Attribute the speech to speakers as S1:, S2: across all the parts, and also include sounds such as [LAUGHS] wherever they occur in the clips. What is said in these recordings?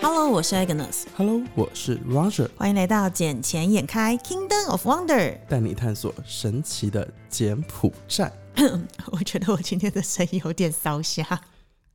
S1: Hello，我是 Agnes，
S2: Hello，我是 Roger，
S1: 欢迎来到《捡钱眼开 Kingdom of Wonder》。
S2: 带你探索神奇的柬埔寨。
S1: [LAUGHS] 我觉得我今天的声音有点烧瞎，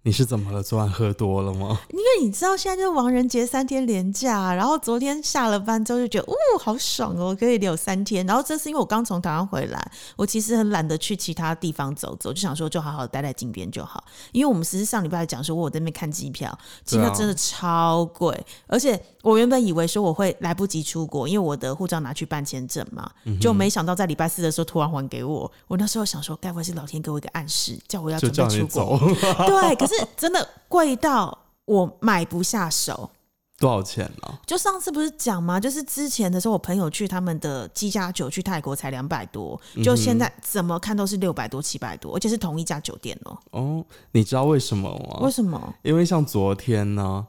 S2: 你是怎么了？昨晚喝多了吗？
S1: 因为你知道现在就是亡人节三天连假，然后昨天下了班之后就觉得，哦，好爽哦，可以留三天。然后这是因为我刚从台湾回来，我其实很懒得去其他地方走走，就想说就好好待在金边就好。因为我们其实上礼拜讲说，我在那边看机票，机票
S2: 对啊
S1: 真的超贵，而且我原本以为说我会来不及出国，因为我的护照拿去办签证嘛，就没想到在礼拜四的时候突然还给我。我那时候想说，该不会是老天给我一个暗示，叫我要
S2: 就
S1: 准
S2: 叫
S1: 备出
S2: 你
S1: 国？
S2: 走 [LAUGHS]
S1: 对，可是真的贵到我买不下手。
S2: 多少钱呢、
S1: 就上次不是讲吗？就是之前的时候，我朋友去他们的鸡加酒去泰国才两百多，就现在怎么看都是六百多、七百多，而且是同一家酒店哦、
S2: 哦，你知道为什么吗？
S1: 为什么？
S2: 因为像昨天呢，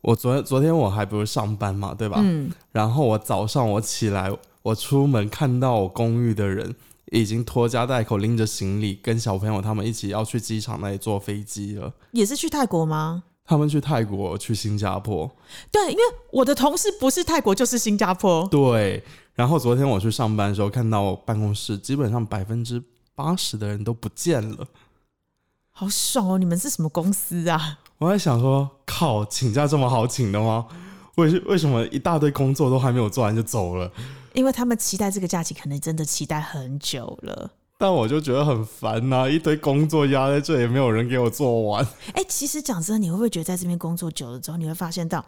S2: 我昨昨天我还不是上班嘛，对吧？
S1: 嗯，
S2: 然后我早上我起来，我出门看到我公寓的人已经拖家带口拎着行李，跟小朋友他们一起要去机场那里坐飞机了。
S1: 也是去泰国吗？
S2: 他们去泰国，去新加坡，
S1: 对，因为我的同事不是泰国就是新加
S2: [LAUGHS]
S1: 坡。
S2: 对。然后昨天我去上班的时候，看到我办公室基本上百分之八十的人都不见了。
S1: 好爽哦！你们是什么公司啊？
S2: 我在想说，靠，请假这么好请的吗？ [LAUGHS] 为为什么一大堆工作都还没有做完就走了？
S1: 因为他们期待这个假期，可能真的期待很久了。
S2: 但我就觉得很烦呐、一堆工作压在这里，没有人给我做完。
S1: 哎、其实讲真的，你会不会觉得在这边工作久了之后，你会发现到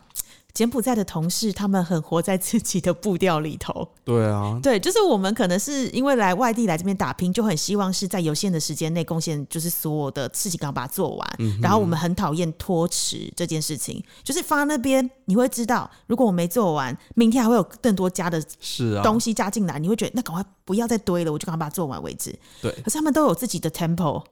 S1: 柬埔寨的同事他们很活在自己的步调里头？
S2: 对啊，
S1: 对，就是我们可能是因为来外地来这边打拼，就很希望是在有限的时间内贡献，就是所有的事情赶快把它做完。
S2: 嗯
S1: 然后我们很讨厌拖迟这件事情，就是放在那边，你会知道，如果我没做完，明天还会有更多加的
S2: 是啊，
S1: 东西加进来，你会觉得那赶快不要再堆了，我就赶快把它做完为止。
S2: 对
S1: 可是他们都有自己的 tempo，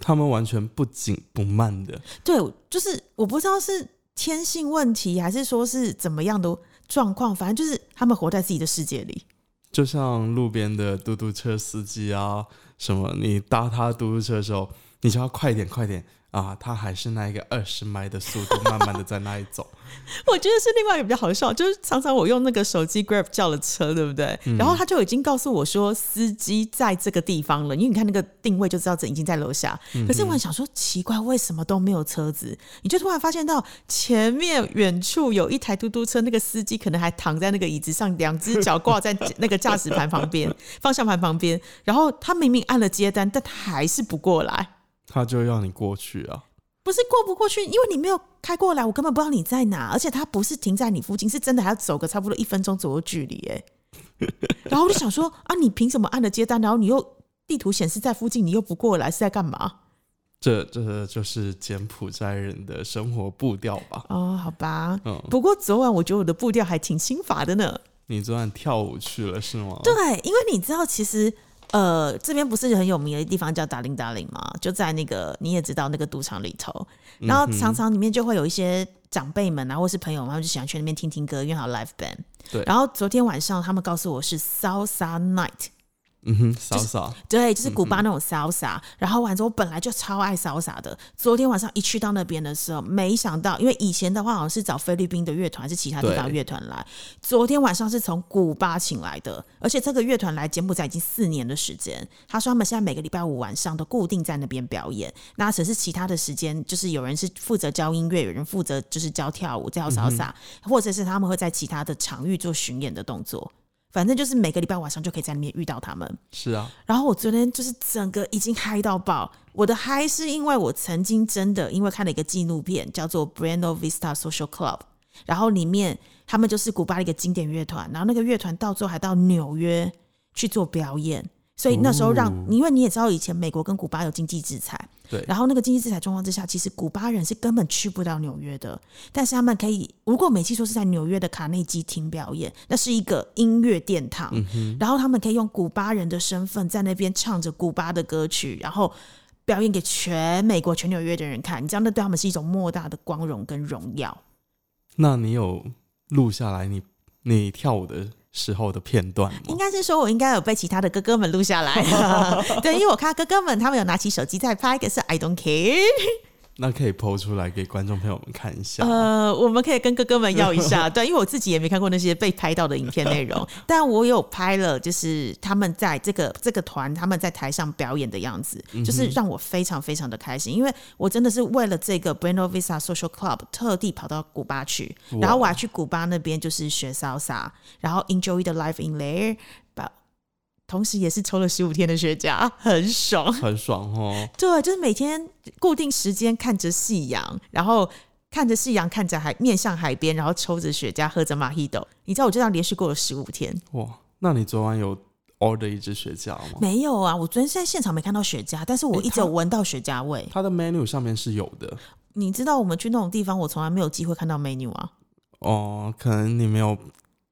S2: 他们完全不紧不慢的。
S1: 对，就是我不知道是天性问题，还是说是怎么样的状况，反正就是他们活在自己的世界里。
S2: 就像路边的嘟嘟车司机啊，什么你搭他嘟嘟车的时候，你就要快点快点啊，他还是那一个二十迈的速度，慢慢的在那里走。 [LAUGHS]
S1: [LAUGHS] 我觉得是另外一个比较好笑，就是常常我用那个手机 Grab 叫了车，对不对？然后他就已经告诉我说司机在这个地方了，因为你看那个定位就知道这已经在楼下。可是我很想说，奇怪，为什么都没有车子？你就突然发现到前面远处有一台嘟嘟车，那个司机可能还躺在那个椅子上，两只脚挂在那个驾驶盘旁边、方向盘旁边。然后他明明按了接单，但他还是不过来。
S2: 他就要你过去啊，
S1: 不是过不过去，因为你没有开过来，我根本不知道你在哪，而且它不是停在你附近，是真的还要走个差不多一分钟左右距离、欸， [LAUGHS] 然后我就想说啊，你凭什么按了接单，然后你又地图显示在附近，你又不过来，是在干嘛？
S2: 这这就是柬埔寨人的生活步调吧。
S1: 哦，好吧。
S2: 嗯，
S1: 不过昨晚我觉得我的步调还挺心法的呢。
S2: 你昨晚跳舞去了是吗？
S1: 对，因为你知道，其实呃，这边不是很有名的地方叫达令达令嘛，就在那个你也知道那个赌场里头，然后常常里面就会有一些长辈们啊，或是朋友们，他们就喜欢去那边听听歌，因为还有 live band。
S2: 对
S1: 然后昨天晚上他们告诉我是 salsa night，
S2: 嗯哼，嫂嫂，
S1: 对，就是古巴那种 salsa、然后完之后，我本来就超爱 salsa 的。昨天晚上一去到那边的时候，没想到，因为以前的话好像是找菲律宾的乐团，还是其他地方
S2: 对
S1: 乐团来。昨天晚上是从古巴请来的，而且这个乐团来柬埔寨已经四年的时间。他说他们现在每个礼拜五晚上都固定在那边表演，那只是其他的时间，就是有人是负责教音乐，有人负责就是教跳舞、教 salsa，、或者是他们会在其他的场域做巡演的动作。反正就是每个礼拜晚上就可以在那边遇到他们。
S2: 是啊，
S1: 然后我昨天就是整个已经嗨到爆。我的嗨是因为我曾经真的因为看了一个纪录片，叫做《Brando Vista Social Club》，然后里面他们就是古巴的一个经典乐团，然后那个乐团到最后还到纽约去做表演。所以那时候让，
S2: 哦
S1: 因为你也知道，以前美国跟古巴有经济制裁，
S2: 对
S1: 然后那个经济制裁状况之下，其实古巴人是根本去不到纽约的，但是他们可以，如果我没记错是在纽约的卡内基厅表演，那是一个音乐殿堂，
S2: 嗯
S1: 然后他们可以用古巴人的身份在那边唱着古巴的歌曲，然后表演给全美国、全纽约的人看，你知道那对他们是一种莫大的光荣跟荣耀。
S2: 那你有录下来你你跳舞的时候的片段
S1: 应
S2: 吗？
S1: 该是说我应该有被其他的哥哥们 [LAUGHS] 录下来，对，因为我看到哥哥们他们有拿起手机在拍，可是 I don't care。
S2: 那可以剖出来给观众朋友们看一下。
S1: 呃，我们可以跟哥哥们要一下，对，因为我自己也没看过那些被拍到的影片内容，但我有拍了，就是他们在这个这个团他们在台上表演的样子，就是让我非常非常的开心，因为我真的是为了这个 Buena Vista Social Club 特地跑到古巴去，然后我还去古巴那边就是学 salsa，然后 enjoy the life in there，把同时也是抽了十五天的学假，很爽。
S2: 很爽哦，
S1: 对，就是每天固定时间看着夕阳，然后看着夕阳，看着海，面向海边，然后抽着雪茄，喝着马希豆。你知道我这样连续过了十五天，
S2: 哇！那你昨晚有 order 一支雪茄吗？
S1: 没有啊！我昨天在现场没看到雪茄，但是我一直有闻到雪茄味。
S2: 它的 menu 上面是有的
S1: 啊你知道我们去那种地方，我从来没有机会看到美女啊。
S2: 哦，可能你没有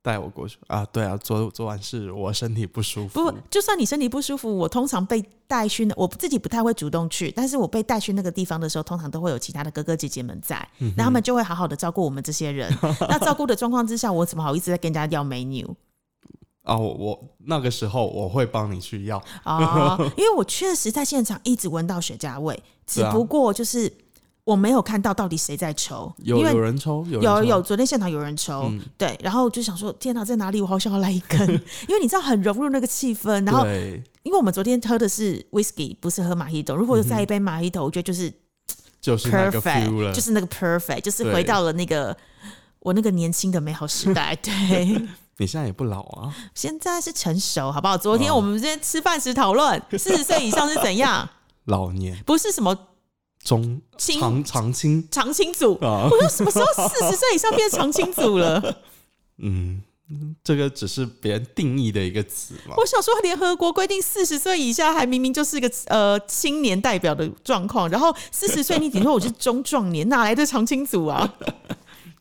S2: 带我过去啊？对啊，昨昨晚是我身体不舒服
S1: 不，，就算你身体不舒服，我通常被带去那，我自己不太会主动去，但是我被带去那个地方的时候，通常都会有其他的哥哥姐姐们在，那、他们就会好好的照顾我们这些人。那照顾的状况之下，我怎么好意思再跟人家要美女？
S2: 啊，我我那个时候我会帮你去要，
S1: 哦，
S2: [LAUGHS]
S1: 因为我确实在现场一直闻到雪茄味，只
S2: 是啊
S1: 不过就是我没有看到到底谁在抽，
S2: 有
S1: 因为
S2: 有人抽，有人
S1: 有
S2: 抽嗯
S1: 有昨天现场有人抽，对，然后我就想说，天哪，在哪里？我好想要来一
S2: [LAUGHS]
S1: 根，因为你知道很融入那个气氛。然后，
S2: 对，
S1: 因为我们昨天喝的是 whisky，不是喝马希朵，如果再一杯马希朵，我觉得就是
S2: 嗯就是那个 feel
S1: perfect，
S2: 了
S1: 就。是那个 perfect，就是
S2: 对
S1: 回到了那个我那个年轻的美好时代。
S2: [LAUGHS]
S1: 对。
S2: 你现在也不老啊，
S1: 现在是成熟，好不好？昨天
S2: 哦
S1: 我们在吃饭时讨论，四十岁以上是怎样？
S2: 老年
S1: 不是什么
S2: 中
S1: 青
S2: 长长青
S1: 常青组。
S2: 啊
S1: 我，说什么时候四十岁以上变常青组了？
S2: 嗯，这个只是别人定义的一个词嘛。
S1: 我想说，联合国规定四十岁以下还明明就是一个呃青年代表的状况，然后四十岁你顶多我是中壮年，哪来的常青组啊？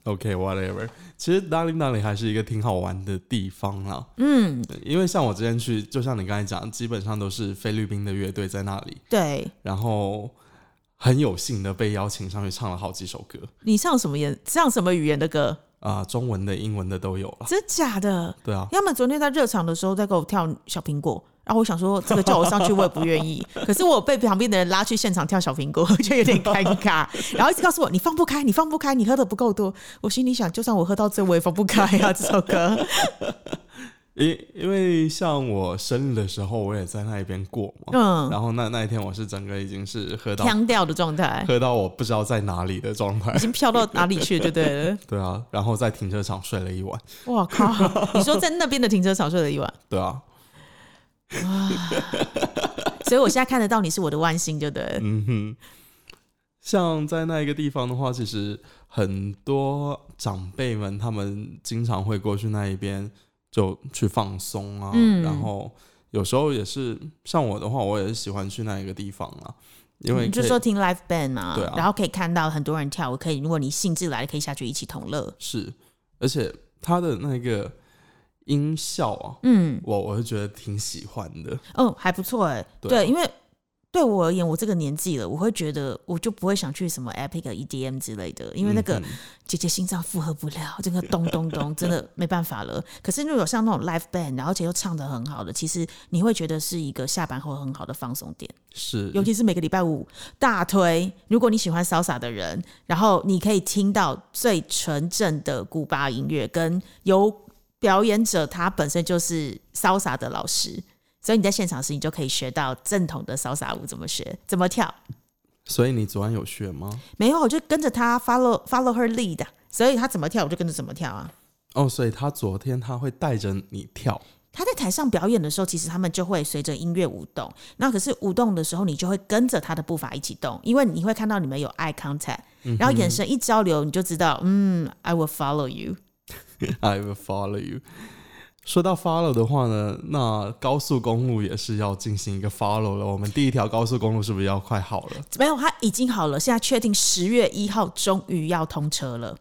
S2: OK，whatever、其实哪里哪里还是一个挺好玩的地方啦。嗯，因为像我之前去，就像你刚才讲，基本上都是菲律宾的乐队在那里，
S1: 对
S2: 然后很有幸的被邀请上去唱了好几首歌
S1: 你唱什么言唱什么语言的歌？
S2: 啊、中文的、英文的都有了。
S1: 真假的？
S2: 对啊，
S1: 要么昨天在热场的时候在给我跳小苹果。然后我想说，这个叫我上去我也不愿
S2: [LAUGHS]
S1: 意，可是我被旁边的人拉去现场跳小苹果， [LAUGHS] 我觉得有点尴
S2: [LAUGHS]
S1: 尬。然后一直告诉我你放不开，你放不开，你喝的不够多。我心里想，就算我喝到醉，我也放不开啊！这首歌，
S2: [LAUGHS] 因因为像我生日的时候，我也在那边过嘛。
S1: 嗯，
S2: 然后那那一天我是整个已经是喝到
S1: 腔调的状
S2: [LAUGHS]
S1: 态，
S2: 喝到我不知道在哪里的状态
S1: 已。经飘到哪里去，对不对？
S2: 对啊，然后在停车场睡了一晚。
S1: 哇
S2: [LAUGHS]
S1: 靠！你说在那边的停车场睡了一晚，
S2: 对啊，
S1: 所以我现在看得到你是我的万幸，就对了。
S2: 嗯哼，像在那一个地方的话，其实很多长辈们他们经常会过去那一边就去放松啊，
S1: 嗯
S2: 然后有时候也是像我的话，我也是喜欢去那一个地方啊，因为
S1: 嗯你就
S2: 可以
S1: 说听 live band 啊，
S2: 对啊
S1: 然后可以看到很多人跳舞，可以如果你兴致来了，可以下去一起同乐。
S2: 是，而且它的那个音效啊，
S1: 嗯，
S2: 我我是觉得挺喜欢的，
S1: 哦，还不错哎、
S2: 对啊
S1: 对，因为对我而言，我这个年纪了，我会觉得我就不会想去什么 Epic、EDM 之类的，因为那个
S2: 嗯哼
S1: 姐姐心脏负荷不了，这个咚咚咚，真
S2: [LAUGHS]
S1: 的没办法了。可是如果像那种 live band，然后而且又唱的很好的，其实你会觉得是一个下班后很好的放松点。
S2: 是
S1: 尤其是每个礼拜五大推，如果你喜欢潇洒的人，然后你可以听到最纯正的古巴音乐，跟由表演者他本身就是潇洒的老师，所以你在现场时你就可以学到正统的潇洒舞怎么学、怎么跳。
S2: 所以你昨晚有学吗？
S1: 没有，我就跟着他 follow follow her lead，啊所以他怎么跳我就跟着怎么跳啊。
S2: 哦，所以他昨天他会带着你跳，
S1: 他在台上表演的时候，其实他们就会随着音乐舞动。那可是舞动的时候，你就会跟着他的步伐一起动，因为你会看到你们有 eye contact，、然后眼神一交流，你就知道，嗯，I will follow you。
S2: I will follow you。说到 follow 的话呢，那高速公路也是要进行一个 follow 了。我们第一条高速公路是不是要快好了？
S1: 没有，他已经好了，现在确定十月一号终于要通车了。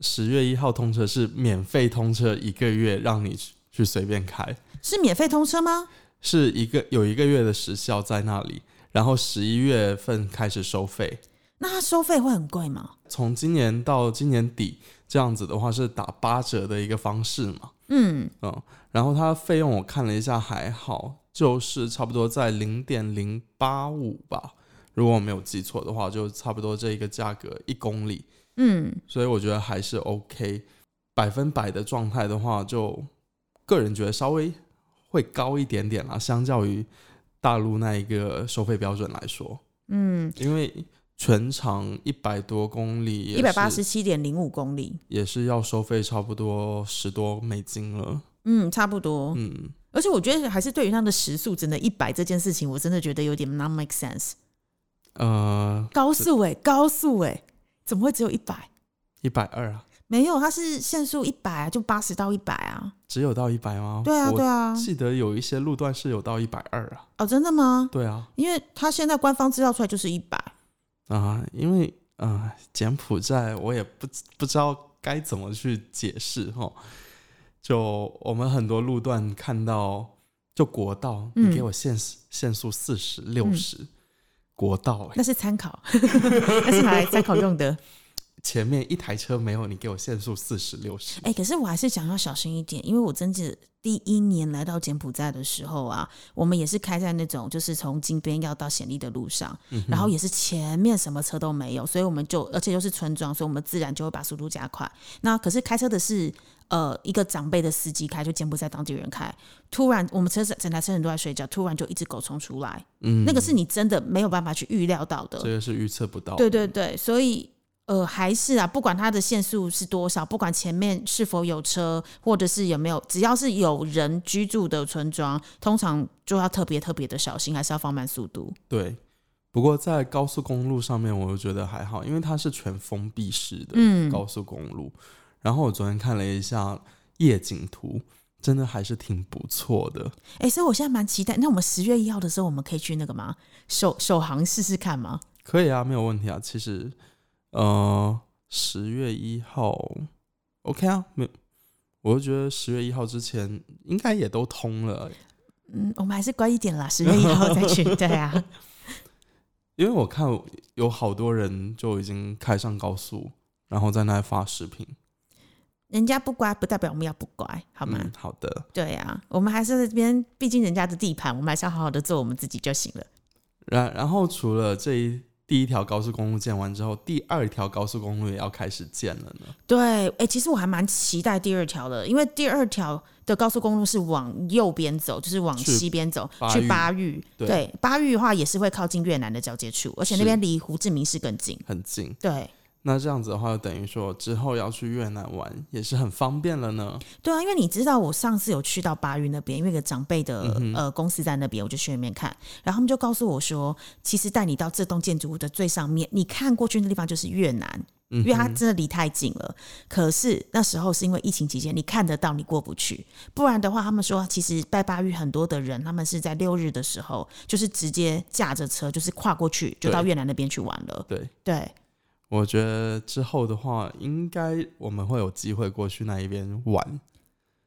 S2: 十月一号通车是免费通车，一个月让你去去随便开，
S1: 是免费通车吗？
S2: 是一个有一个月的时效在那里。然后十一月份开始收费，
S1: 那他收费会很贵吗？
S2: 从今年到今年底这样子的话是打八折的一个方式嘛？
S1: 嗯，
S2: 嗯，然后它的费用我看了一下还好，就是差不多在零点零八五吧。如果我没有记错的话，就差不多这一个价格一公里，
S1: 嗯，
S2: 所以我觉得还是 OK。百分百的状态的话，就个人觉得稍微会高一点点啦，相较于大陆那一个收费标准来说，
S1: 嗯，
S2: 因为全长一百多公里，
S1: 一百八十七点零五公里，
S2: 也是要收费差不多十多美金了。
S1: 嗯，差不多。
S2: 嗯，
S1: 而且我觉得还是对于它的时速真的一百这件事情，我真的觉得有点 not make sense。
S2: 呃，
S1: 高速哎、高速哎、怎么会只有一百？
S2: 一百二啊，
S1: 没有，它是限速一百啊，就八十到一百啊。
S2: 只有到一百吗？
S1: 对啊，
S2: 哦我
S1: 对啊。
S2: 记得有一些路段是有到一百二啊。
S1: 哦，真的吗？
S2: 对啊，
S1: 因为它现在官方资料出来就是一百。
S2: 啊、因为啊、呃柬埔寨我也不知不知道该怎么去解释哈。就我们很多路段看到，就国道，
S1: 嗯
S2: 你给我限时限速四十六十，国道、欸、
S1: 那是参考， [LAUGHS] 那是拿来参考用的。
S2: 前面一台车没有，你给我限速四十六十，
S1: 哎、可是我还是想要小心一点，因为我真的第一年来到柬埔寨的时候啊，我们也是开在那种就是从金边要到暹粒的路上，
S2: 嗯
S1: 然后也是前面什么车都没有，所以我们就而且又是村庄，所以我们自然就会把速度加快。那可是开车的是呃一个长辈的司机开，就柬埔寨当地人开，突然我们车整台车人都在睡觉，突然就一只狗冲出来，
S2: 嗯，
S1: 那个是你真的没有办法去预料到的，
S2: 这个是预测不到的。
S1: 对对对，所以呃，还是啊，不管它的限速是多少，不管前面是否有车，或者是有没有，只要是有人居住的村庄，通常就要特别特别的小心，还是要放慢速度。
S2: 对，不过在高速公路上面，我又觉得还好，因为它是全封闭式的
S1: 嗯
S2: 高速公路。然后我昨天看了一下夜景图，真的还是挺不错的。
S1: 哎、所以我现在蛮期待。那我们十月一号的时候，我们可以去那个吗？首首航试试看吗？
S2: 可以啊，没有问题啊。其实，呃，十月一号，OK 啊，没，我就觉得十月一号之前应该也都通了，
S1: 嗯，我们还是乖一点啦，十月一号再
S2: [LAUGHS]
S1: 去。对啊，
S2: 因为我看有好多人就已经开上高速，然后在那里发视频。
S1: 人家不乖不代表我们要不乖，好吗？
S2: 嗯，好的。
S1: 对啊，我们还是在这边，毕竟人家的地盘，我们还是要好好的做我们自己就行了。
S2: 然然后除了这一第一条高速公路建完之后，第二条高速公路也要开始建了呢。
S1: 对，哎、其实我还蛮期待第二条的，因为第二条的高速公路是往右边走，就是往
S2: 去
S1: 西边走，
S2: 巴
S1: 去
S2: 育
S1: 巴育。
S2: 对
S1: 对，巴育的话也是会靠近越南的交界处，而且那
S2: 是
S1: 边离胡志明市更近。
S2: 很近，
S1: 对，
S2: 那这样子的话，就等于说之后要去越南玩也是很方便了呢。
S1: 对啊，因为你知道，我上次有去到巴育那边，因为有个长辈的、呃公司在那边，我就去那边看，然后他们就告诉我说，其实带你到这栋建筑物的最上面，你看过去那地方就是越南，因为它真的离太近了。可是那时候是因为疫情期间，你看得到，你过不去，不然的话，他们说其实拜巴育很多的人，他们是在六日的时候，就是直接驾着车，就是跨过去，就到
S2: 对
S1: 越南那边去玩了。
S2: 对，
S1: 对，
S2: 我觉得之后的话，应该我们会有机会过去那一边玩，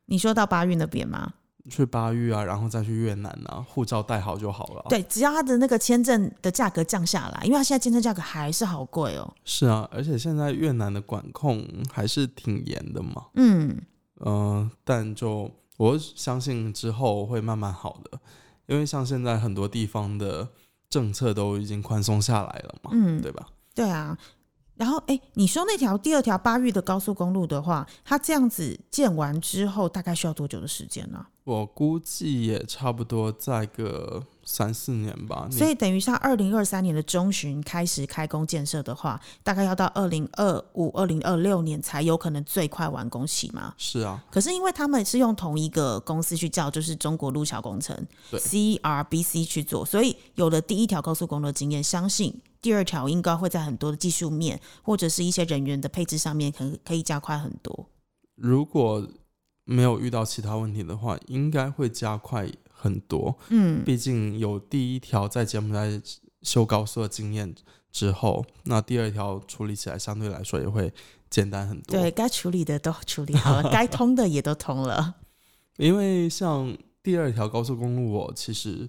S1: 你说到巴育那边吗？
S2: 去巴育啊，然后再去越南啊，护照带好就好了。，啊
S1: 对，只要他的那个签证的价格降下来，因为他现在签证价格还是好贵哦。
S2: 是啊，而且现在越南的管控还是挺严的嘛。
S1: 嗯，
S2: 嗯，但就我相信之后会慢慢好的，因为像现在很多地方的政策都已经宽松下来了嘛，
S1: 嗯
S2: 哦对吧？
S1: 对啊。然后，哎，你说那条第二条巴育的高速公路的话，它这样子建完之后，大概需要多久的时间呢、
S2: 我估计也差不多在个三四年吧。你
S1: 所以等于像二零二三年的中旬开始开工建设的话，大概要到二零二五、二零二六年才有可能最快完工期嘛。
S2: 是啊，
S1: 可是因为他们是用同一个公司去叫，就是中国路桥工程
S2: 对
S1: CRBC 去做，所以有了第一条高速公路的经验，相信第二条应该会在很多的技术面或者是一些人员的配置上面，可能可以加快很多。
S2: 如果没有遇到其他问题的话，应该会加快很多。
S1: 嗯，
S2: 毕竟有第一条在柬埔寨修高速的经验之后，那第二条处理起来相对来说也会简单很多。
S1: 对该处理的都处理 [LAUGHS] 好了，该通的也都通了。
S2: 因为像第二条高速公路，我其实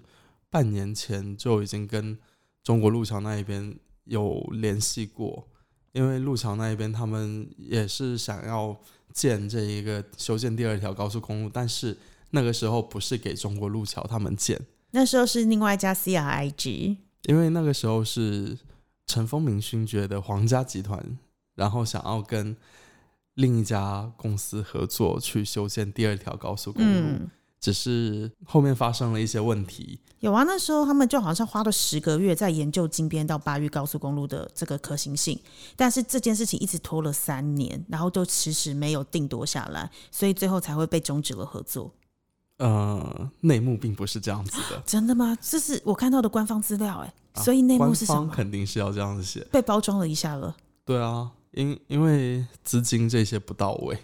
S2: 半年前就已经跟中国路桥那一边有联系过，因为路桥那一边他们也是想要建这一个修建第二条高速公路，但是那个时候不是给中国路桥他们建，
S1: 那时候是另外一家 CRIG，
S2: 因为那个时候是陈风明勋爵的皇家集团，然后想要跟另一家公司合作去修建第二条高速公路，
S1: 嗯，
S2: 只是后面发生了一些问题。
S1: 有啊，那时候他们就好像花了十个月在研究金边到巴育高速公路的这个可行性，但是这件事情一直拖了三年，然后都迟迟没有定夺下来，所以最后才会被终止了合作。，
S2: 呃，内幕并不是这样子的
S1: 真的吗？这是我看到的官方资料、欸，
S2: 啊
S1: 所以内幕
S2: 官
S1: 是什
S2: 方
S1: 么？
S2: 肯定是要这样子写。
S1: 被包装了一下了
S2: 对啊，因因为资金这些不到位，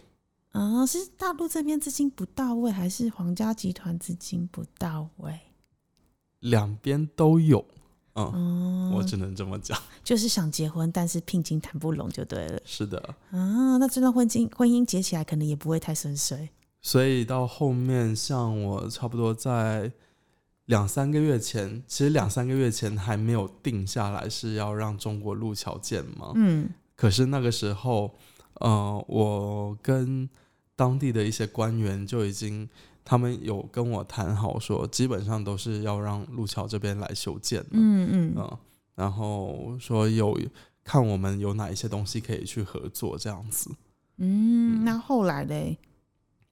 S1: 啊？是大陆这边资金不到位，还是皇家集团资金不到位？
S2: 两边都有。嗯，
S1: 哦、
S2: 我只能这么讲。
S1: 就是想结婚，但是聘金谈不拢就对了
S2: 是的，
S1: 啊。那这段婚姻婚姻结起来，可能也不会太顺遂。
S2: 所以到后面，像我差不多在两三个月前，其实两三个月前还没有定下来是要让中国路桥建嘛。
S1: 嗯
S2: 可是那个时候，呃，我跟当地的一些官员就已经，他们有跟我谈好说，基本上都是要让路桥这边来修建的。
S1: 嗯嗯，
S2: 嗯，然后说有看我们有哪一些东西可以去合作这样子。
S1: 嗯，那后来嘞，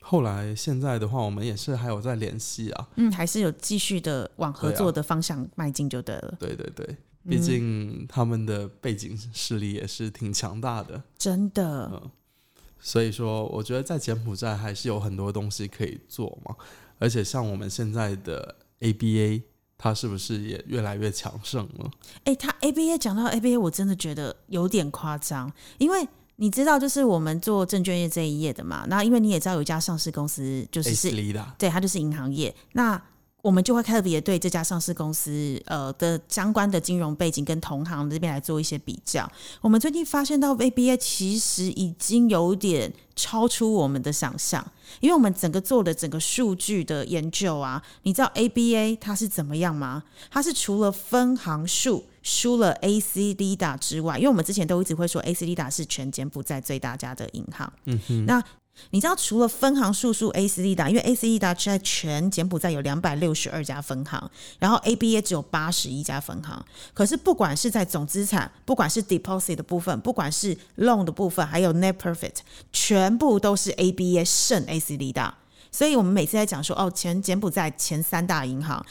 S2: 后来现在的话，我们也是还有在联系啊。
S1: 嗯，还是有继续的往合
S2: 对啊
S1: 作的方向迈进就对了。
S2: 对对对，嗯毕
S1: 嗯
S2: 竟他们的背景势力也是挺强大的，
S1: 真的，
S2: 嗯，所以说我觉得在柬埔寨还是有很多东西可以做嘛。而且像我们现在的 ABA，它是不是也越来越强盛了？
S1: 哎、他 ABA 讲到 ABA，我真的觉得有点夸张，因为你知道，就是我们做证券业这一业的嘛，那因为你也知道有一家上市公司就是是
S2: A 啊利的，
S1: 对，它就是银行业。那我们就会特别对这家上市公司呃的相关的金融背景跟同行这边来做一些比较。我们最近发现到 VBA 其实已经有点超出我们的想象，因为我们整个做的整个数据的研究啊，你知道 ABA 它是怎么样吗？它是除了分行数输了 AC l i d a 之外，因为我们之前都一直会说 AC l i d a 是全柬埔寨最大家的银行，你知道，除了分行数数 A C E D 达，因为 A C D 达在全柬埔寨有两百六十二家分行，然后 A B A 只有八十一家分行。可是不管是在总资产，不管是 deposit 的部分，不管是 loan 的部分，还有 net profit，全部都是 A B A 胜 A C D 达。所以我们每次在讲说，哦，前柬埔寨前三大银行。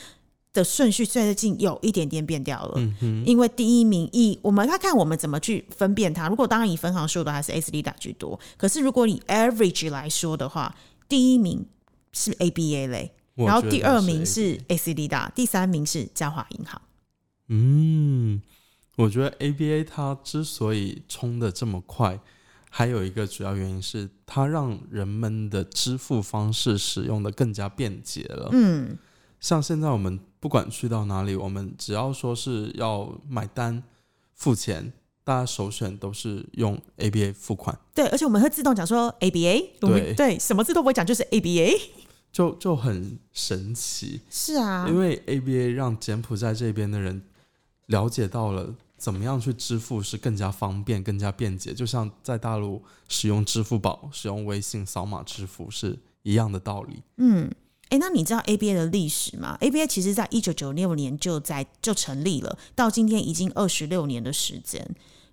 S1: 的顺序最近有一点点变掉了，
S2: 嗯
S1: 因为第一名以我们要看我们怎么去分辨它。如果当然以分行数的还是 S D 打居多，可是如果以 average 来说的话，第一名是 A B A 类，
S2: 我
S1: 然后
S2: 觉
S1: 第
S2: 得
S1: 二名
S2: ABA
S1: 是 A C D 打，第三名是嘉华银行。
S2: 嗯，我觉得 ABA 它之所以冲的这么快，还有一个主要原因是它让人们的支付方式使用的更加便捷了。
S1: 嗯
S2: 像现在我们不管去到哪里，我们只要说是要买单、付钱，大家首选都是用 ABA 付款，
S1: 对，而且我们会自动讲说 A B A，我们
S2: 对
S1: 对什么字都不会讲，就是 A B A。
S2: 就就很神奇。
S1: 是啊，
S2: 因为 ABA 让柬埔寨这边的人了解到了怎么样去支付是更加方便、更加便捷，就像在大陆使用支付宝、使用微信扫码支付是一样的道理。
S1: 嗯，哎，那你知道 ABA 的历史吗？ABA 其实在一九九六年就在就成立了，到今天已经二十六年的时间。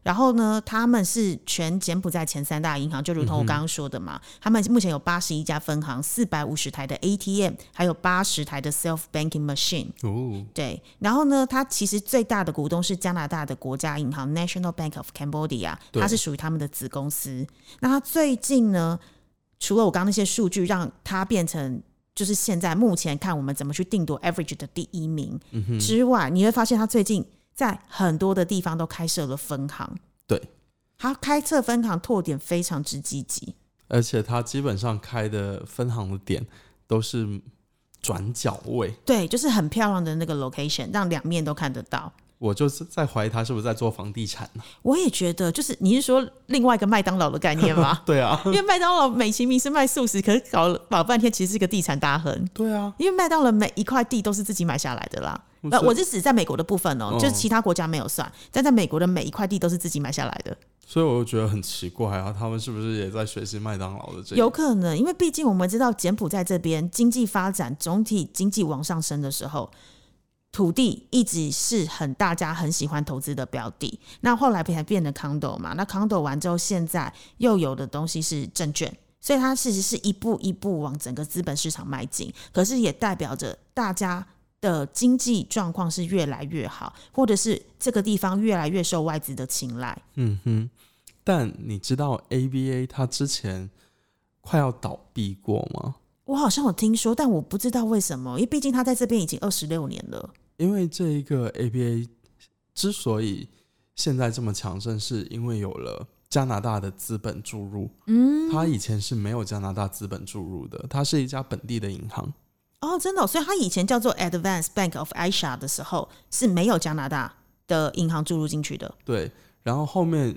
S1: 然后呢，他们是全柬埔寨前三大银行，就如
S2: 嗯
S1: 同我刚刚说的嘛，他们目前有八十一家分行、四百五十台的 ATM，还有八十台的 self banking machine。
S2: 哦，
S1: 对，然后呢，它其实最大的股东是加拿大的国家银行 National Bank of Cambodia，
S2: 对
S1: 它是属于他们的子公司。那它最近呢，除了我刚刚那些数据，让它变成就是现在目前看我们怎么去定夺 average 的第一名、
S2: 嗯
S1: 之外，你会发现它最近在很多的地方都开设了分行。
S2: 对，
S1: 它开设分行拓点非常之积极。
S2: 而且它基本上开的分行的点都是转角位，
S1: 对，就是很漂亮的那个 location，让两面都看得到。
S2: 我就是在怀疑他是不是在做房地产呢、
S1: 我也觉得，就是你是说另外一个麦当劳的概念吗？
S2: 对啊， [LAUGHS]
S1: 因为麦当劳美其名是卖素食，可是搞了搞半天，其实是一个地产大亨。
S2: 对啊，
S1: 因为麦当劳每一块地都是自己买下来的啦，
S2: 我
S1: 呃，
S2: 是
S1: 我是指在美国的部分哦、
S2: 哦
S1: 就是其他国家没有算，但在美国的每一块地都是自己买下来的。
S2: 所以我就觉得很奇怪啊，他们是不是也在学习麦当劳的这一
S1: 有可能，因为毕竟我们知道柬埔寨这边经济发展总体经济往上升的时候，土地一直是很大家很喜欢投资的标的。那后来才变成 condo 嘛，那 condo 完之后，现在又有的东西是证券。所以它其实是一步一步往整个资本市场迈进，可是也代表着大家的经济状况是越来越好，或者是这个地方越来越受外资的青睐。
S2: 嗯哼，但你知道 ABA 它之前快要倒闭过吗？
S1: 我好像有听说，但我不知道为什么，因为毕竟他在这边已经二十六年了。
S2: 因为这一个 ABA 之所以现在这么强盛，是因为有了加拿大的资本注入。
S1: 嗯，
S2: 它以前是没有加拿大资本注入的，它是一家本地的银行。
S1: 哦，真的哦、所以他以前叫做 Advance Bank of Asia 的时候是没有加拿大的银行注入进去的。
S2: 对，然后后面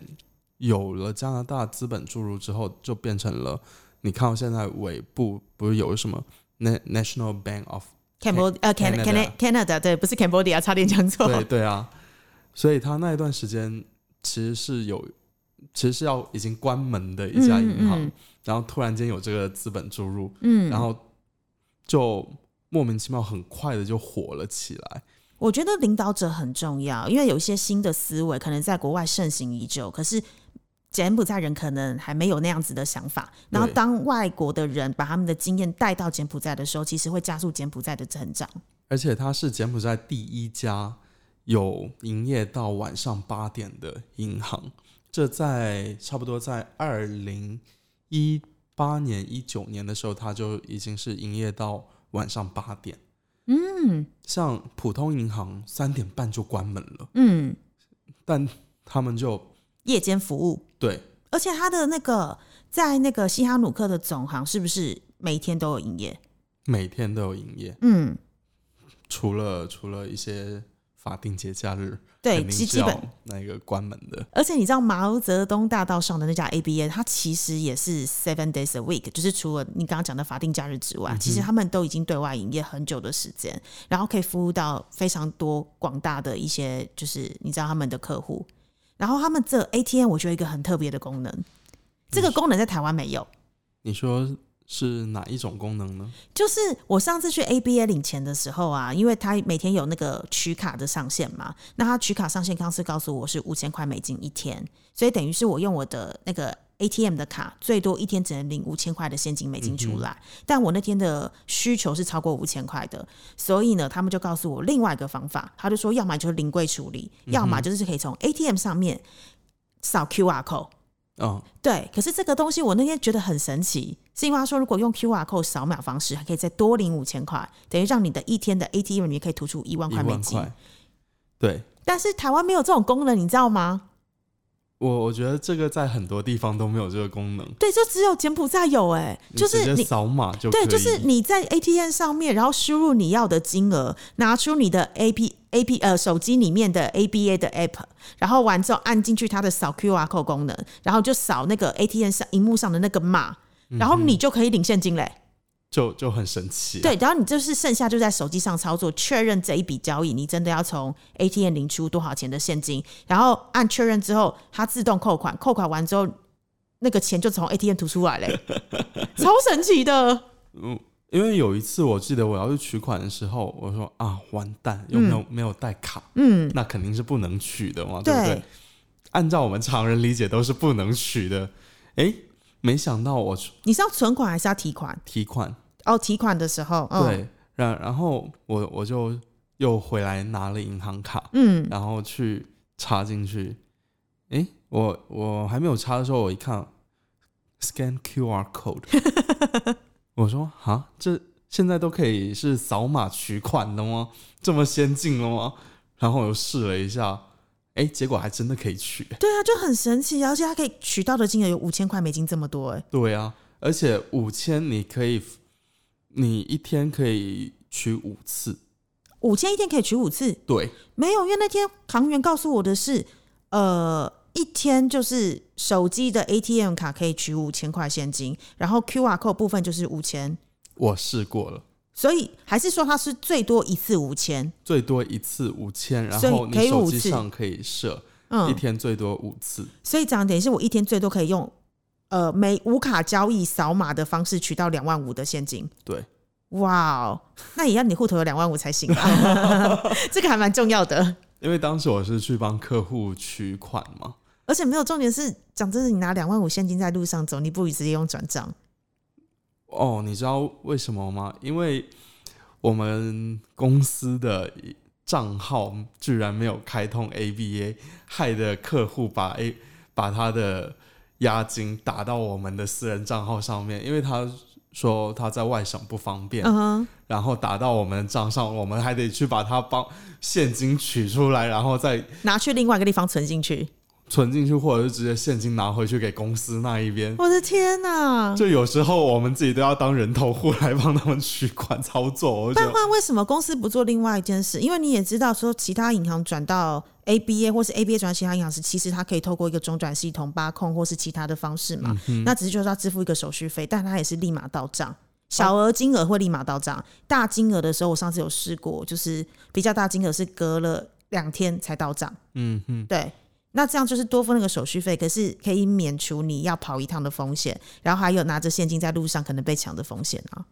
S2: 有了加拿大资本注入之后，就变成了你看到现在尾部不是有什么 Na- National Bank of
S1: Cambodia 呃 Can Can
S2: Canada
S1: Canada 对，不是 Cambodia，差点讲 [LAUGHS] 错。
S2: 对对啊，所以他那一段时间其实是有，其实是要已经关门的一家银行，
S1: 嗯嗯嗯
S2: 然后突然间有这个资本注入，
S1: 嗯，
S2: 然后就莫名其妙很快的就火了起来。
S1: 我觉得领导者很重要，因为有一些新的思维可能在国外盛行已久，可是柬埔寨人可能还没有那样子的想法。然后
S2: 对
S1: 当外国的人把他们的经验带到柬埔寨的时候，其实会加速柬埔寨的成长。
S2: 而且它是柬埔寨第一家有营业到晚上八点的银行，这在差不多在二零一八年、一九年的时候，它就已经是营业到晚上八点。
S1: 嗯
S2: 像普通银行三点半就关门了，
S1: 嗯，
S2: 但他们就
S1: 夜间服务，
S2: 对
S1: 而且他的那个在那个西哈努克的总行是不是每天都有营业？
S2: 每天都有营业，
S1: 嗯，
S2: 除了除了一些法定节假日，
S1: 对，
S2: 肯定
S1: 基
S2: 是
S1: 基本
S2: 要那个关门的。
S1: 而且你知道毛泽东大道上的那家 ABA，它其实也是 seven days a week，就是除了你刚刚讲的法定假日之外，其实他们都已经对外营业很久的时间，然后可以服务到非常多广大的一些，就是你知道他们的客户。然后他们这 ATM 我觉得有一个很特别的功能，这个功能在台湾没有。
S2: 你说是哪一种功能呢？
S1: 就是我上次去 ABA 领钱的时候啊，因为他每天有那个取卡的上限嘛，那他取卡上限刚是告诉我是五千块美金一天，所以等于是我用我的那个 ATM 的卡，最多一天只能领五千块的现金美金出来。但我那天的需求是超过五千块的，所以呢，他们就告诉我另外一个方法，他就说要么就是临柜处理，要么就是可以从 ATM 上面扫 QR code。
S2: 嗯，
S1: 对，可是这个东西我那天觉得很神奇，是因为他说如果用 QR code 扫码方式，还可以再多领五千块，等于让你的一天的 ATM 里面可以吐出一万
S2: 一
S1: 块美
S2: 万
S1: 金。
S2: 块。对
S1: 但是台湾没有这种功能，你知道吗？
S2: 我，我觉得这个在很多地方都没有这个功能，
S1: 对，就只有柬埔寨有、欸，哎，就
S2: 你
S1: 是
S2: 直接
S1: 你。
S2: 扫码就可
S1: 对，
S2: 以。
S1: 就是你在 ATM 上面，然后输入你要的金额，拿出你的 A P A P 呃手机里面的 A B A 的 App，然后完之后按进去它的扫 Q R code 功能，然后就扫那个 ATM 上荧幕上的那个码，然后
S2: 嗯
S1: 你就可以领现金嘞、
S2: 就就很神奇、啊
S1: 对，然后你就是剩下就在手机上操作，确认这一笔交易，你真的要从 ATM 领出多少钱的现金，然后按确认之后，它自动扣款，扣款完之后，那个钱就从 ATM 吐出来嘞，超神奇的。
S2: 嗯，因为有一次我记得我要去取款的时候，我说啊，完蛋，又没有、没有带卡，
S1: 嗯，
S2: 那肯定是不能取的嘛，对不
S1: 对
S2: 对？，按照我们常人理解都是不能取的。诶，没想到我去
S1: 你是要存款还是要提款？
S2: 提款，
S1: 哦，提款的时候，嗯、，
S2: 对，然然后我我就又回来拿了银行卡，
S1: 嗯，
S2: 然后去插进去。诶，我我还没有插的时候，我一看 scan QR code，
S1: [LAUGHS]
S2: 我说啊，这现在都可以是扫码取款的吗？这么先进了吗？然后我又试了一下，诶，结果还真的可以取。
S1: 对啊，就很神奇，而且它可以取到的金额有五千块美金这么多、哎，
S2: 对啊，而且五千你可以，你一天可以取五次。
S1: 五千一天可以取五次，
S2: 对，
S1: 没有，因为那天行员告诉我的是，呃，一天就是手机的 ATM 卡可以取五千块现金，然后 QR code 部分就是五千，
S2: 我试过了，
S1: 所以还是说它是最多一次五千。
S2: 最多一次五千，然
S1: 所以
S2: 后
S1: 可
S2: 你
S1: 以五
S2: 手
S1: 次
S2: 机上可以设、一
S1: 嗯，
S2: 天最多五次。
S1: 所以讲等于是我一天最多可以用，呃，每无卡交易扫码的方式取到两万五的现金。
S2: 对，
S1: 哇哦，那也要你户头有两万五才行
S2: [LAUGHS]
S1: 吧？这个还蛮重要的。
S2: 因为当时我是去帮客户取款嘛，
S1: 而且没有重点是，讲真的，你拿两万五现金在路上走，你不如直接用转账。
S2: 哦，你知道为什么吗？因为我们公司的账号居然没有开通 ABA，害得客户把 A 把他的押金打到我们的私人账号上面，因为他说他在外省不方便，
S1: 嗯哼，
S2: 然后打到我们的账上，我们还得去把它帮现金取出来，然后再
S1: 拿去另外一个地方存进去。
S2: 存进去，或者是直接现金拿回去给公司那一边。 [LAUGHS]
S1: 我的天哪！
S2: 就有时候我们自己都要当人头户来帮他们取款操作，我就觉
S1: 但 [LAUGHS]
S2: 得
S1: 话为什么公司不做另外一件事？因为你也知道，说其他银行转到 ABA 或是 ABA 转到其他银行时，其实它可以透过一个中转系统、八控或是其他的方式嘛。那只是就是要支付一个手续费，但它也是立马到账。小额金额会立马到账，大金额的时候，我上次有试过，就是比较大金额是隔了两天才到账。
S2: 嗯嗯，
S1: 对，那这样就是多付那个手续费，可是可以免除你要跑一趟的风险，然后还有拿着现金在路上可能被抢的风险啊。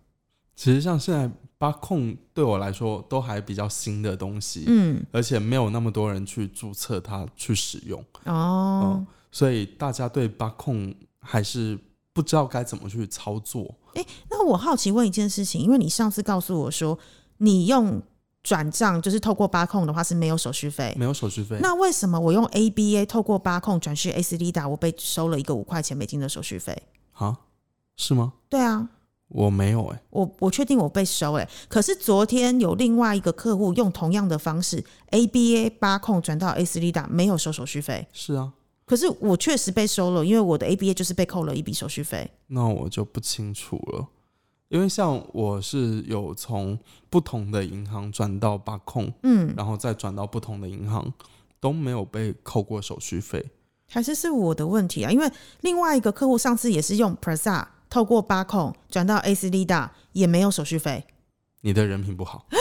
S2: 其实像现在八控对我来说都还比较新的东西，
S1: 嗯，
S2: 而且没有那么多人去注册它去使用，
S1: 哦，
S2: 所以大家对八控还是不知道该怎么去操作。
S1: 那我好奇问一件事情，因为你上次告诉我说你用转账就是透过八控的话是没有手续费。
S2: 没有手续费，
S1: 那为什么我用 ABA 透过八控转去 AC d 达，我被收了一个五块钱美金的手续费？
S2: 啊？是吗？
S1: 对啊，
S2: 我没有哎、
S1: 我我确定我被收哎、可是昨天有另外一个客户用同样的方式，ABA 八控转到 AC d 达，没有收手续费，
S2: 是啊，
S1: 可是我确实被收了，因为我的 ABA 就是被扣了一笔手续费。
S2: 那我就不清楚了，因为像我是有从不同的银行转到八控，
S1: 嗯，
S2: 然后再转到不同的银行，都没有被扣过手续费。
S1: 还是是我的问题啊，因为另外一个客户上次也是用 Prasa 透过八控转到 AC Lida，也没有手续费。
S2: 你的人品不好，嗯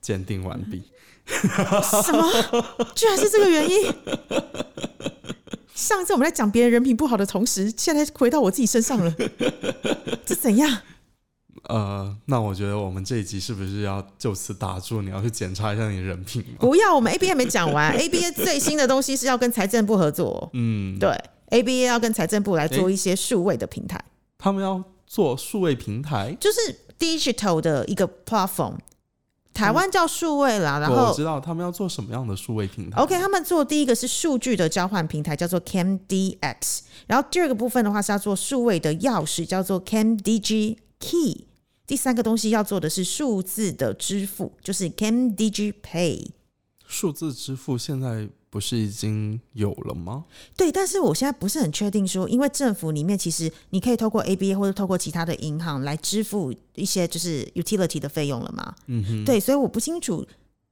S2: 鉴、定完毕。
S1: 什么？居然是这个原因？上一次我们在讲别人人品不好的同时，现在回到我自己身上了，这怎样？
S2: 呃，那我觉得我们这一集是不是要就此打住？你要去检查一下你的人品吗？
S1: [LAUGHS] 不要，我们 ABA 没讲完，ABA [LAUGHS] 最新的东西是要跟财政部合作哦，
S2: 嗯，
S1: 对，ABA 要跟财政部来做一些数位的平台。
S2: 他们要做数位平台，
S1: 就是 digital 的一个 platform，台湾叫数位啦，然
S2: 嗯哦我
S1: 后哦
S2: 知道他们要做什么样的数位平台。
S1: OK，他们做第一个是数据的交换平台，叫做 CamDX，然后第二个部分的话是要做数位的钥匙，叫做 CamDG Key，第三个东西要做的是数字的支付，就是 CamDG Pay。
S2: 数字支付现在不是已经有了吗？
S1: 对，但是我现在不是很确定说，因为政府里面其实你可以透过 ABA 或者透过其他的银行来支付一些就是 utility 的费用了嘛。
S2: 嗯哼，
S1: 对，所以我不清楚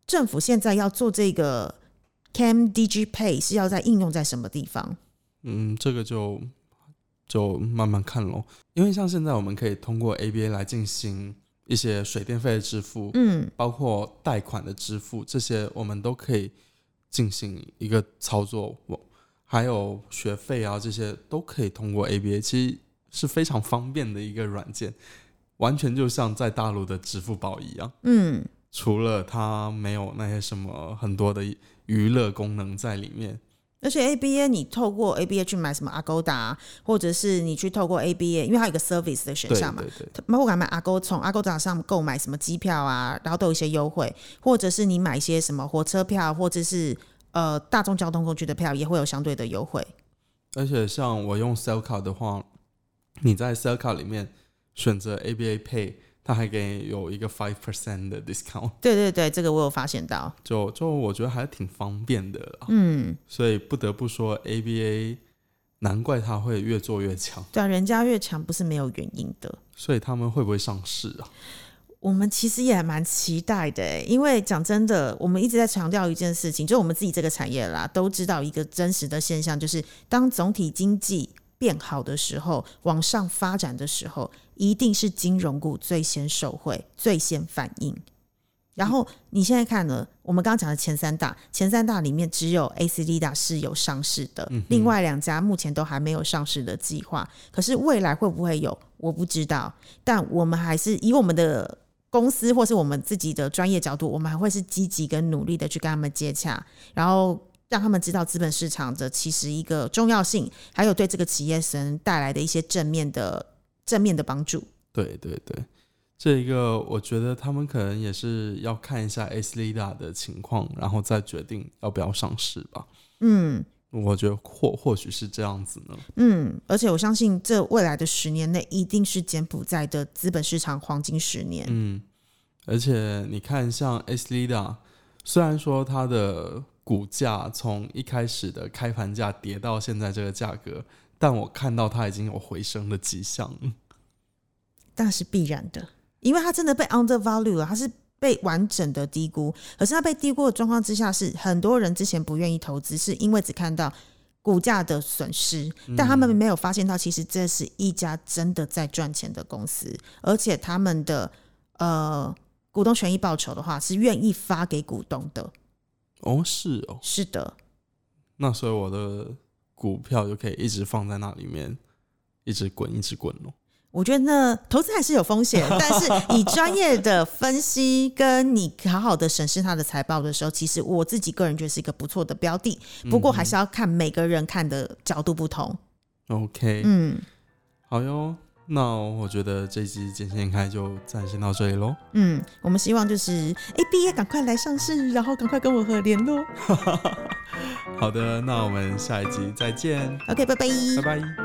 S1: 政府现在要做这个 Cam DG Pay 是要在应用在什么地方。
S2: 嗯，这个就就慢慢看咯。因为像现在我们可以通过 ABA 来进行一些水电费的支付，
S1: 嗯，
S2: 包括贷款的支付，这些我们都可以进行一个操作。我还有学费啊，这些都可以通过 ABA，其实是非常方便的一个软件，完全就像在大陆的支付宝一样。
S1: 嗯，
S2: 除了它没有那些什么很多的娱乐功能在里面，
S1: 而且 ABA 你透过 ABA 去买什么 Agoda，或者是你去透过 ABA，因为它有一个 service 的选
S2: 对
S1: 项嘛
S2: 对。对，
S1: 包括买 Ago 从 Agoda 上购买什么机票啊，然后都有一些优惠，或者是你买一些什么火车票，或者是呃大众交通工具的票，也会有相对的优惠。
S2: 而且像我用 Cell 卡的话，你在 Cell 卡里面选择 ABA Pay，它还给你有一个 five percent 的 discount， [LAUGHS]
S1: 对对对，这个我有发现到。
S2: 就就我觉得还挺方便的啦。
S1: 嗯，
S2: 所以不得不说 ABA，难怪它会越做越强。
S1: 对啊，人家越强不是没有原因的。
S2: 所以他们会不会上市啊？
S1: 我们其实也还蛮期待的欸，因为讲真的，我们一直在强调一件事情，就我们自己这个产业啦，都知道一个真实的现象，就是当总体经济变好的时候，往上发展的时候，一定是金融股最先受惠、最先反应。然后你现在看了，我们刚刚讲的前三大，前三大里面只有 ACD 大是有上市的，另外两家目前都还没有上市的计划。可是未来会不会有，我不知道。但我们还是以我们的公司或是我们自己的专业角度，我们还会是积极跟努力的去跟他们接洽，然后让他们知道资本市场的其实一个重要性，还有对这个企业神带来的一些正面的正面的帮助。
S2: 对对对，这一个我觉得他们可能也是要看一下 S Lida 的情况，然后再决定要不要上市吧。
S1: 嗯，
S2: 我觉得或或许是这样子呢。
S1: 嗯，而且我相信这未来的十年内一定是柬埔寨的资本市场黄金十年。
S2: 嗯，而且你看，像 S Lida，虽然说它的股价从一开始的开盘价跌到现在这个价格，但我看到它已经有回升的迹象了。
S1: 但是必然的，因为它真的被 undervalue 了，它是被完整的低估。可是它被低估的状况之下是，很多人之前不愿意投资，是因为只看到股价的损失，但他们没有发现到，其实这是一家真的在赚钱的公司，而且他们的呃股东权益报酬的话是愿意发给股东的。
S2: 哦，是哦，
S1: 是的，
S2: 那所以我的股票就可以一直放在那里面，一直滚，一直滚咯。
S1: 我觉得呢，投资还是有风险，但是以专业的分析跟你好好的审视它的财报的时候，其实我自己个人觉得是一个不错的标的。不过还是要看每个人看的角度不同。
S2: 哦 OK，、
S1: 嗯
S2: 好哟。那我觉得这期《见线开》就暂时到这里 [LAUGHS] 喽。
S1: 嗯，我们希望就是，哎，毕业赶快来上市，然后赶快跟我和联络。
S2: 好的，那我们下一集再见，
S1: OK，拜拜
S2: 拜拜。